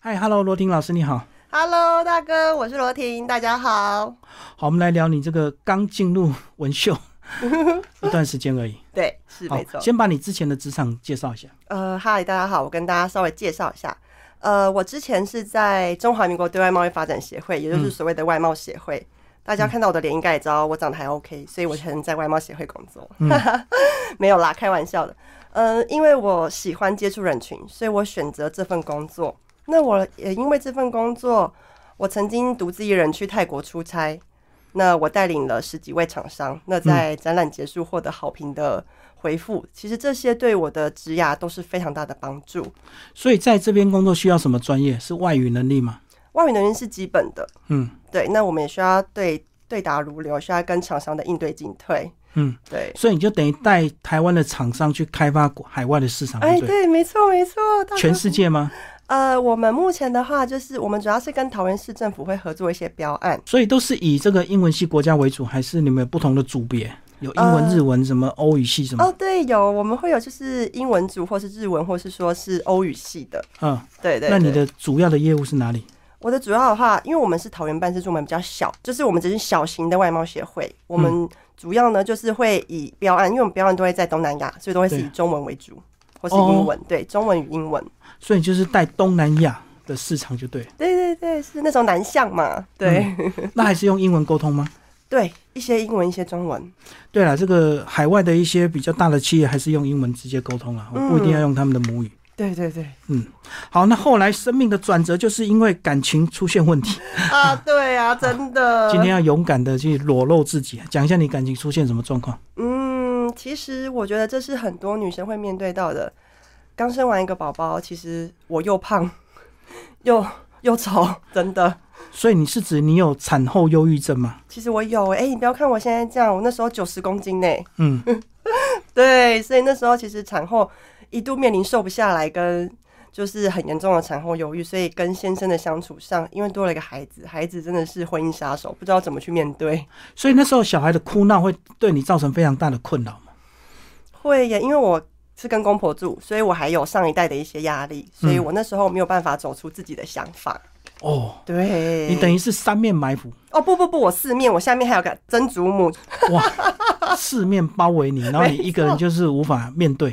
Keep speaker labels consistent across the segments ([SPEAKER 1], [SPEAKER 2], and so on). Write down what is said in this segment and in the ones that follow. [SPEAKER 1] 嗨，Hello，罗婷老师，你好。
[SPEAKER 2] Hello，大哥，我是罗婷，大家好。
[SPEAKER 1] 好，我们来聊你这个刚进入文 秀一段时间而已。
[SPEAKER 2] 对，是
[SPEAKER 1] 好
[SPEAKER 2] 没，错。
[SPEAKER 1] 先把你之前的职场介绍一下。
[SPEAKER 2] 呃，嗨，大家好，我跟大家稍微介绍一下。呃，我之前是在中华民国对外贸易发展协会，也就是所谓的外贸协会。大家看到我的脸，应该也知道我长得还 OK，所以我曾在外贸协会工作。 没有啦，开玩笑的。呃，因为我喜欢接触人群，所以我选择这份工作。那我也因为这份工作，我曾经独自一人去泰国出差。那我带领了十几位厂商，那在展览结束获得好评的回复，其实这些对我的职涯都是非常大的帮助。
[SPEAKER 1] 所以在这边工作需要什么专业？是外语能力吗？
[SPEAKER 2] 外语能力是基本的，
[SPEAKER 1] 嗯
[SPEAKER 2] 对。那我们也需要对对答如流，需要跟厂商的应对进退，
[SPEAKER 1] 嗯，
[SPEAKER 2] 对。
[SPEAKER 1] 所以你就等于带台湾的厂商去开发国海外的市场，啊对
[SPEAKER 2] 哎，
[SPEAKER 1] 不对？
[SPEAKER 2] 对，没错，没错，大哥
[SPEAKER 1] 全世界吗？
[SPEAKER 2] 呃，我们目前的话，就是我们主要是跟桃园市政府会合作一些标案。
[SPEAKER 1] 所以都是以这个英文系国家为主，还是你们有不同的组别？有英文、
[SPEAKER 2] 呃
[SPEAKER 1] 日文、什么欧语系什么？
[SPEAKER 2] 哦，对，有我们会有就是英文组，或是日文，或是说是欧语系的。
[SPEAKER 1] 嗯，
[SPEAKER 2] 对对
[SPEAKER 1] 那你
[SPEAKER 2] 对
[SPEAKER 1] 的主要的业务是哪里？
[SPEAKER 2] 我的主要的话，因为我们是桃园办事处，我们比较小，就是我们只是小型的外贸协会。我们主要呢就是会以标案，因为我们标案都会在东南亚，所以都会是以
[SPEAKER 1] 对
[SPEAKER 2] 中文为主，或是英文，对，中文与英文。
[SPEAKER 1] 所以就是带东南亚的市场就 对了。
[SPEAKER 2] 对对对，是那种南向嘛，对、
[SPEAKER 1] 那还是用英文沟通吗？
[SPEAKER 2] 对，一些英文，一些中文，
[SPEAKER 1] 对了，这个海外的一些比较大的企业还是用英文直接沟通了，我不一定要用他们的母语。
[SPEAKER 2] 对对对，
[SPEAKER 1] 好，那后来生命的转折就是因为感情出现问题，
[SPEAKER 2] 啊，对啊，真的。
[SPEAKER 1] 今天要勇敢的去裸露自己，讲一下你感情出现什么状况。
[SPEAKER 2] 嗯，其实我觉得这是很多女生会面对到的。刚生完一个宝宝，其实我又胖 又又丑，真的。
[SPEAKER 1] 所以你是指你有产后忧郁症吗？
[SPEAKER 2] 其实我有哎、你不要看我现在这样，我那时候九十公斤呢、
[SPEAKER 1] 嗯，
[SPEAKER 2] 对，所以那时候其实产后一度面临瘦不下来，跟就是很严重的产后忧郁，所以跟先生的相处上，因为多了一个孩子，孩子真的是婚姻杀手，不知道怎么去面对。
[SPEAKER 1] 所以那时候小孩的哭闹会对你造成非常大的困扰吗？
[SPEAKER 2] 会耶，因为我是跟公婆住，所以我还有上一代的一些压力，所以我那时候没有办法走出自己的想法。
[SPEAKER 1] 哦，
[SPEAKER 2] 对，
[SPEAKER 1] 你等于是三面埋 伏，
[SPEAKER 2] 哦不不不，我四面，我下面还有个曾祖母，
[SPEAKER 1] 哇，四面包围你，然后你一个人就是无法面对，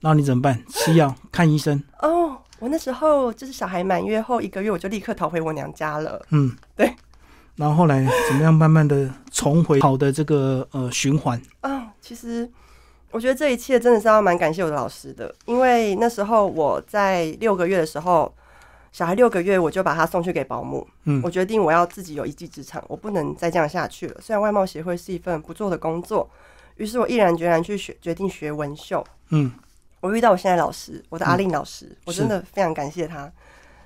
[SPEAKER 1] 然后你怎么办？吃药、看医生，
[SPEAKER 2] 哦，我那时候就是小孩满月后一个月，我就立刻逃回我娘家了。
[SPEAKER 1] 嗯，
[SPEAKER 2] 对。
[SPEAKER 1] 然后后来怎么样，慢慢的重回好的这个呃循环？
[SPEAKER 2] 啊、其实我觉得这一切真的是要蛮感谢我的老师的，因为那时候我在六个月的时候，小孩六个月我就把他送去给保姆。
[SPEAKER 1] 嗯
[SPEAKER 2] 我决定我要自己有一技之长，我不能再这样下去了。虽然外贸协会是一份不错的工作，于是我毅然决然去学，决定学纹绣。
[SPEAKER 1] 嗯，
[SPEAKER 2] 我遇到我现在老师，我的阿令老师，我
[SPEAKER 1] 是
[SPEAKER 2] 真的非常感谢他。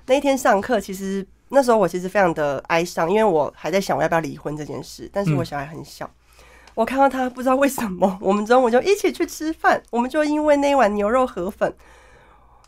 [SPEAKER 2] 那一天上课，其实那时候我其实非常的哀伤，因为我还在想我要不要离婚这件事，
[SPEAKER 1] 嗯
[SPEAKER 2] 但是我小孩很小。我看到他，不知道为什么，我们中午就一起去吃饭，我们就因为那一碗牛肉河粉，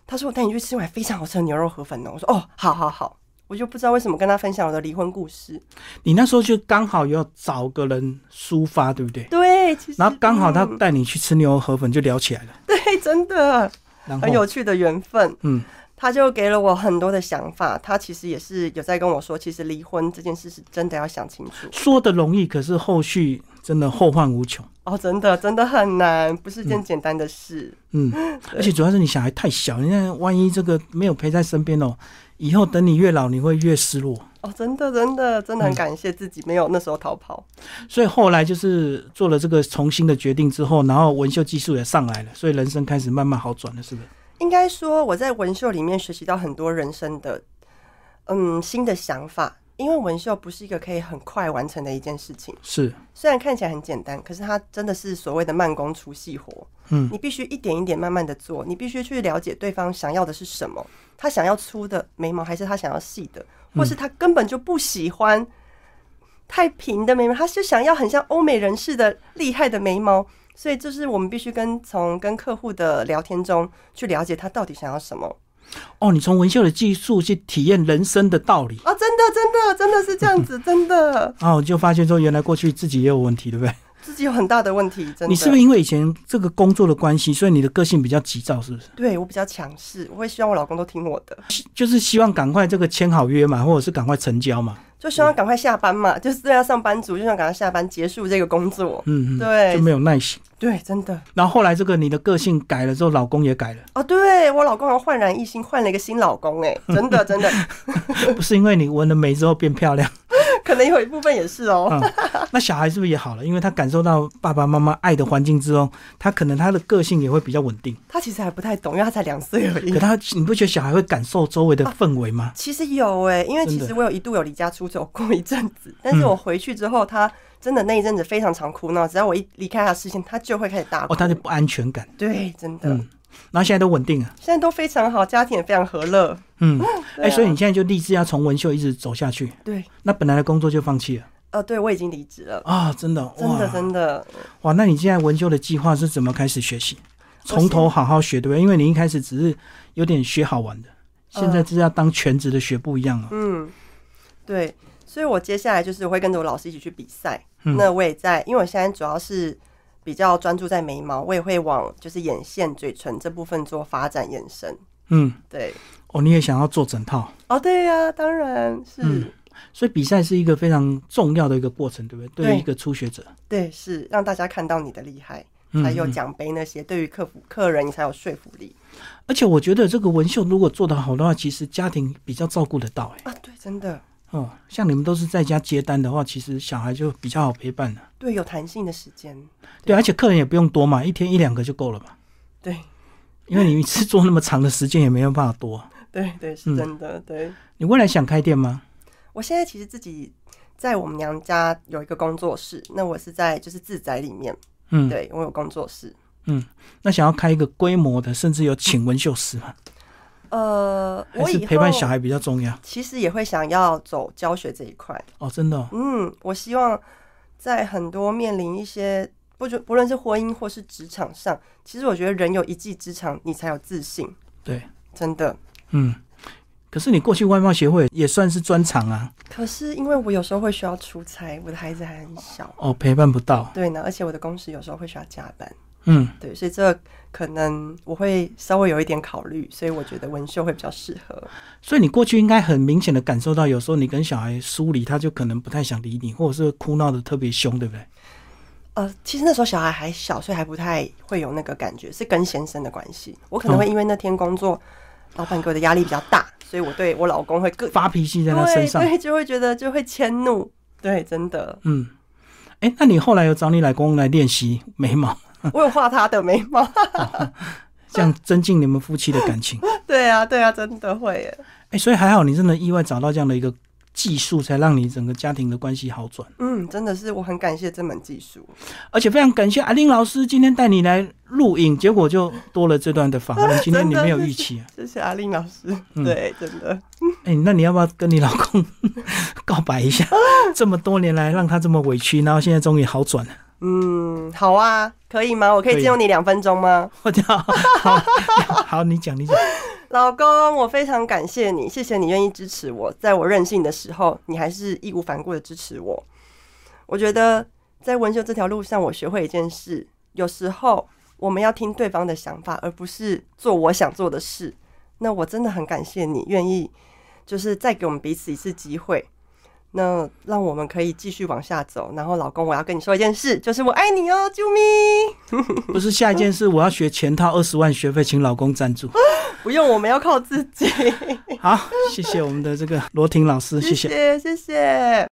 [SPEAKER 2] 他说我带你去吃一碗非常好吃的牛肉河粉哦，我说哦，好好好，我就不知道为什么跟他分享我的离婚故事。
[SPEAKER 1] 你那时候就刚好要找个人抒发，对不对？
[SPEAKER 2] 对，其实
[SPEAKER 1] 然后刚好他
[SPEAKER 2] 嗯
[SPEAKER 1] 带你去吃牛肉河粉，就聊起来了。
[SPEAKER 2] 对，真的
[SPEAKER 1] 然
[SPEAKER 2] 很
[SPEAKER 1] 后，
[SPEAKER 2] 有趣的缘分。
[SPEAKER 1] 嗯，
[SPEAKER 2] 他就给了我很多的想法，他其实也是有在跟我说，其实离婚这件事是真的要想清楚
[SPEAKER 1] 说的容易，可是后续真的后患无穷。
[SPEAKER 2] 哦，真的真的很难，不是件简单的事。
[SPEAKER 1] 嗯，而且主要是你小孩太小，你看万一这个没有陪在身边哦，以后等你越老，你会越失落。
[SPEAKER 2] 哦，真的真的真的很感谢自己没有那时候逃跑。
[SPEAKER 1] 所以后来就是做了这个重新的决定之后，然后纹绣技术也上来了，所以人生开始慢慢好转了，是不是？
[SPEAKER 2] 应该说我在纹绣里面学习到很多人生的嗯新的想法，因为纹绣不是一个可以很快完成的一件事情。
[SPEAKER 1] 是，
[SPEAKER 2] 虽然看起来很简单，可是它真的是所谓的慢工出细活。
[SPEAKER 1] 嗯
[SPEAKER 2] 你必须一点一点慢慢的做，你必须去了解对方想要的是什么，他想要粗的眉毛，还是他想要细的，
[SPEAKER 1] 嗯
[SPEAKER 2] 或是他根本就不喜欢太平的眉毛，他是想要很像欧美人士的厉害的眉毛。所以，就是我们必须跟从跟客户的聊天中去了解他到底想要什么
[SPEAKER 1] 哦，你从纹绣的技术去体验人生的道理。
[SPEAKER 2] 啊 哦，真的，真的，真的是这样子，真的，
[SPEAKER 1] 啊，我就发现说，原来过去自己也有问题，对不对？
[SPEAKER 2] 这自己有很大的问题，真的。
[SPEAKER 1] 你是不是因为以前这个工作的关系，所以你的个性比较急躁，是不是？
[SPEAKER 2] 对我比较强势，我会希望我老公都听我的，
[SPEAKER 1] 就是希望赶快这个签好约嘛，或者是赶快成交嘛。
[SPEAKER 2] 就希望赶快下班
[SPEAKER 1] 嗯
[SPEAKER 2] 嘛，就是对啊，上班族就想赶快下班结束这个工作。
[SPEAKER 1] 嗯，嗯
[SPEAKER 2] 对
[SPEAKER 1] 就没有耐心。
[SPEAKER 2] 对，真的
[SPEAKER 1] 然后后来这个你的个性改了之后，老公也 改了，
[SPEAKER 2] 哦，对我老公好像焕然一新，换了一个新老公哎、真的 真的，
[SPEAKER 1] 不是因为你纹了眉之后变漂 亮。
[SPEAKER 2] 可能有一部分也是哦。
[SPEAKER 1] 嗯，那小孩是不是也好了？因为他感受到爸爸妈妈爱的环境之后，他可能他的个性也会比较稳定。
[SPEAKER 2] 他其实还不太懂，因为他才两岁而
[SPEAKER 1] 可
[SPEAKER 2] 已。
[SPEAKER 1] 他，你不觉得小孩会感受周围的氛围吗？
[SPEAKER 2] 其实有哎、因为其
[SPEAKER 1] 真
[SPEAKER 2] 实
[SPEAKER 1] 的嗯
[SPEAKER 2] 我有一度有离家出走过一阵子，但是我回去之后，他真的那一阵子非常常哭闹，只要我一离开他的视线，他就会开始大哭。
[SPEAKER 1] 哦，他就不安全感。
[SPEAKER 2] 对，真的，
[SPEAKER 1] 嗯，然后现在都稳定了。
[SPEAKER 2] 现在都非常好，家庭也非常和乐。
[SPEAKER 1] 嗯，
[SPEAKER 2] 对
[SPEAKER 1] 哎、
[SPEAKER 2] 啊
[SPEAKER 1] 所以你现在就立志要从文秀一直走下去。
[SPEAKER 2] 对，
[SPEAKER 1] 那本来的工作就放弃了
[SPEAKER 2] 呃，对我已经离职了，
[SPEAKER 1] 啊、真的，
[SPEAKER 2] 真的
[SPEAKER 1] 哇
[SPEAKER 2] 真的，
[SPEAKER 1] 哇！那你现在文修的计划是怎么开始学习？
[SPEAKER 2] 我
[SPEAKER 1] 从头好好学，对不对？因为你一开始只是有点学好玩的，现在是要当全职的学不一样啊了。
[SPEAKER 2] 嗯，对，所以我接下来就是我会跟着我老师一起去比赛。
[SPEAKER 1] 嗯
[SPEAKER 2] 那我也在，因为我现在主要是比较专注在眉毛，我也会往就是眼线、嘴唇这部分做发展延伸。
[SPEAKER 1] 嗯，
[SPEAKER 2] 对，
[SPEAKER 1] 哦，你也想要做整套，
[SPEAKER 2] 哦，对呀、当然是，
[SPEAKER 1] 嗯所以比赛是一个非常重要的一个过程，对不对？对于一个初学者，
[SPEAKER 2] 对，是让大家看到你的厉害，
[SPEAKER 1] 嗯
[SPEAKER 2] 才有奖杯那些，对于客服客人你才有说服力
[SPEAKER 1] 而且我觉得这个文秀如果做得好的话，其实家庭比较照顾得到、哎，
[SPEAKER 2] 啊。对，真的，
[SPEAKER 1] 哦，像你们都是在家接单的话，其实小孩就比较好陪伴了。
[SPEAKER 2] 对，有弹性的时间，
[SPEAKER 1] 对，而且客人也不用多嘛，一天一两个就够了嘛，
[SPEAKER 2] 对，
[SPEAKER 1] 因为你一次做那么长的时间也没有办法多。
[SPEAKER 2] 对，对，
[SPEAKER 1] 嗯
[SPEAKER 2] 是真的，对。
[SPEAKER 1] 你未来想开店吗？
[SPEAKER 2] 我现在其实自己在我们娘家有一个工作室，那我是在就是自宅里面，
[SPEAKER 1] 嗯，
[SPEAKER 2] 对我有工作室。
[SPEAKER 1] 那想要开一个规模的，甚至有请纹绣师嘛，
[SPEAKER 2] 呃，
[SPEAKER 1] 还
[SPEAKER 2] 我
[SPEAKER 1] 是
[SPEAKER 2] 以后
[SPEAKER 1] 陪伴小孩比较重要？
[SPEAKER 2] 其实也会想要走教学这一块。
[SPEAKER 1] 哦，真的哦、
[SPEAKER 2] 嗯，我希望在很多面临一些不就不论是婚姻或是职场上，其实我觉得人有一技之长，你才有自信，
[SPEAKER 1] 对，
[SPEAKER 2] 真的。
[SPEAKER 1] 嗯。可是你过去外贸协会也算是专长啊，
[SPEAKER 2] 可是因为我有时候会需要出差，我的孩子还很小，
[SPEAKER 1] 哦，陪伴不到，
[SPEAKER 2] 对呢，而且我的公司有时候会需要加班。
[SPEAKER 1] 嗯，
[SPEAKER 2] 对，所以这可能我会稍微有一点考虑，所以我觉得文秀会比较适合。
[SPEAKER 1] 所以你过去应该很明显的感受到，有时候你跟小孩疏离，他就可能不太想理你，或者是哭闹的特别凶，对不对？
[SPEAKER 2] 呃，其实那时候小孩还小，所以还不太会有那个感觉，是跟先生的关系。我可能
[SPEAKER 1] 哦
[SPEAKER 2] 会因为那天工作，老板给我的压力比较大，所以我对我老公会更
[SPEAKER 1] 发脾气在他身
[SPEAKER 2] 对
[SPEAKER 1] 上，
[SPEAKER 2] 对，就会觉得就会迁怒。对，真的，
[SPEAKER 1] 嗯，哎、那你后来有找你老公来练习眉毛，
[SPEAKER 2] 我有画他的眉毛。
[SPEAKER 1] 这样增进你们夫妻的感情？
[SPEAKER 2] 对啊，对啊，真的会耶。
[SPEAKER 1] 哎、所以还好你真的意外找到这样的一个技术，才让你整个家庭的关系好转。
[SPEAKER 2] 嗯，真的是我很感谢这门技术。
[SPEAKER 1] 而且非常感谢阿玲老师今天带你来录影，结果就多了这段的访问。今天你没有预期、啊，嗯
[SPEAKER 2] 谢谢阿令老师。对，真的。
[SPEAKER 1] 哎、那你要不要跟你老公 告白一下？这么多年来让他这么委屈，然后现在终于好转了。
[SPEAKER 2] 嗯，好啊，可以吗？我可以
[SPEAKER 1] 可以
[SPEAKER 2] 借用你两分钟吗？
[SPEAKER 1] 我讲 好，好，你讲，你讲。
[SPEAKER 2] 老公，我非常感谢你，谢谢你愿意支持我，在我任性的时候，你还是义无反顾的支持我。我觉得在文秀这条路上，我学会一件事：有时候我们要听对方的想法，而不是做我想做的事。那我真的很感谢你愿意，就是再给我们彼此一次机会，那让我们可以继续往下走。然后，老公，我要跟你说一件事，就是我爱你哦，啾咪！
[SPEAKER 1] 不是下一件事，我要学全套二十万学费，请老公赞助。
[SPEAKER 2] 不用，我们要靠自己。
[SPEAKER 1] 好，谢谢我们的这个罗婷老师，谢谢。
[SPEAKER 2] 谢谢。谢谢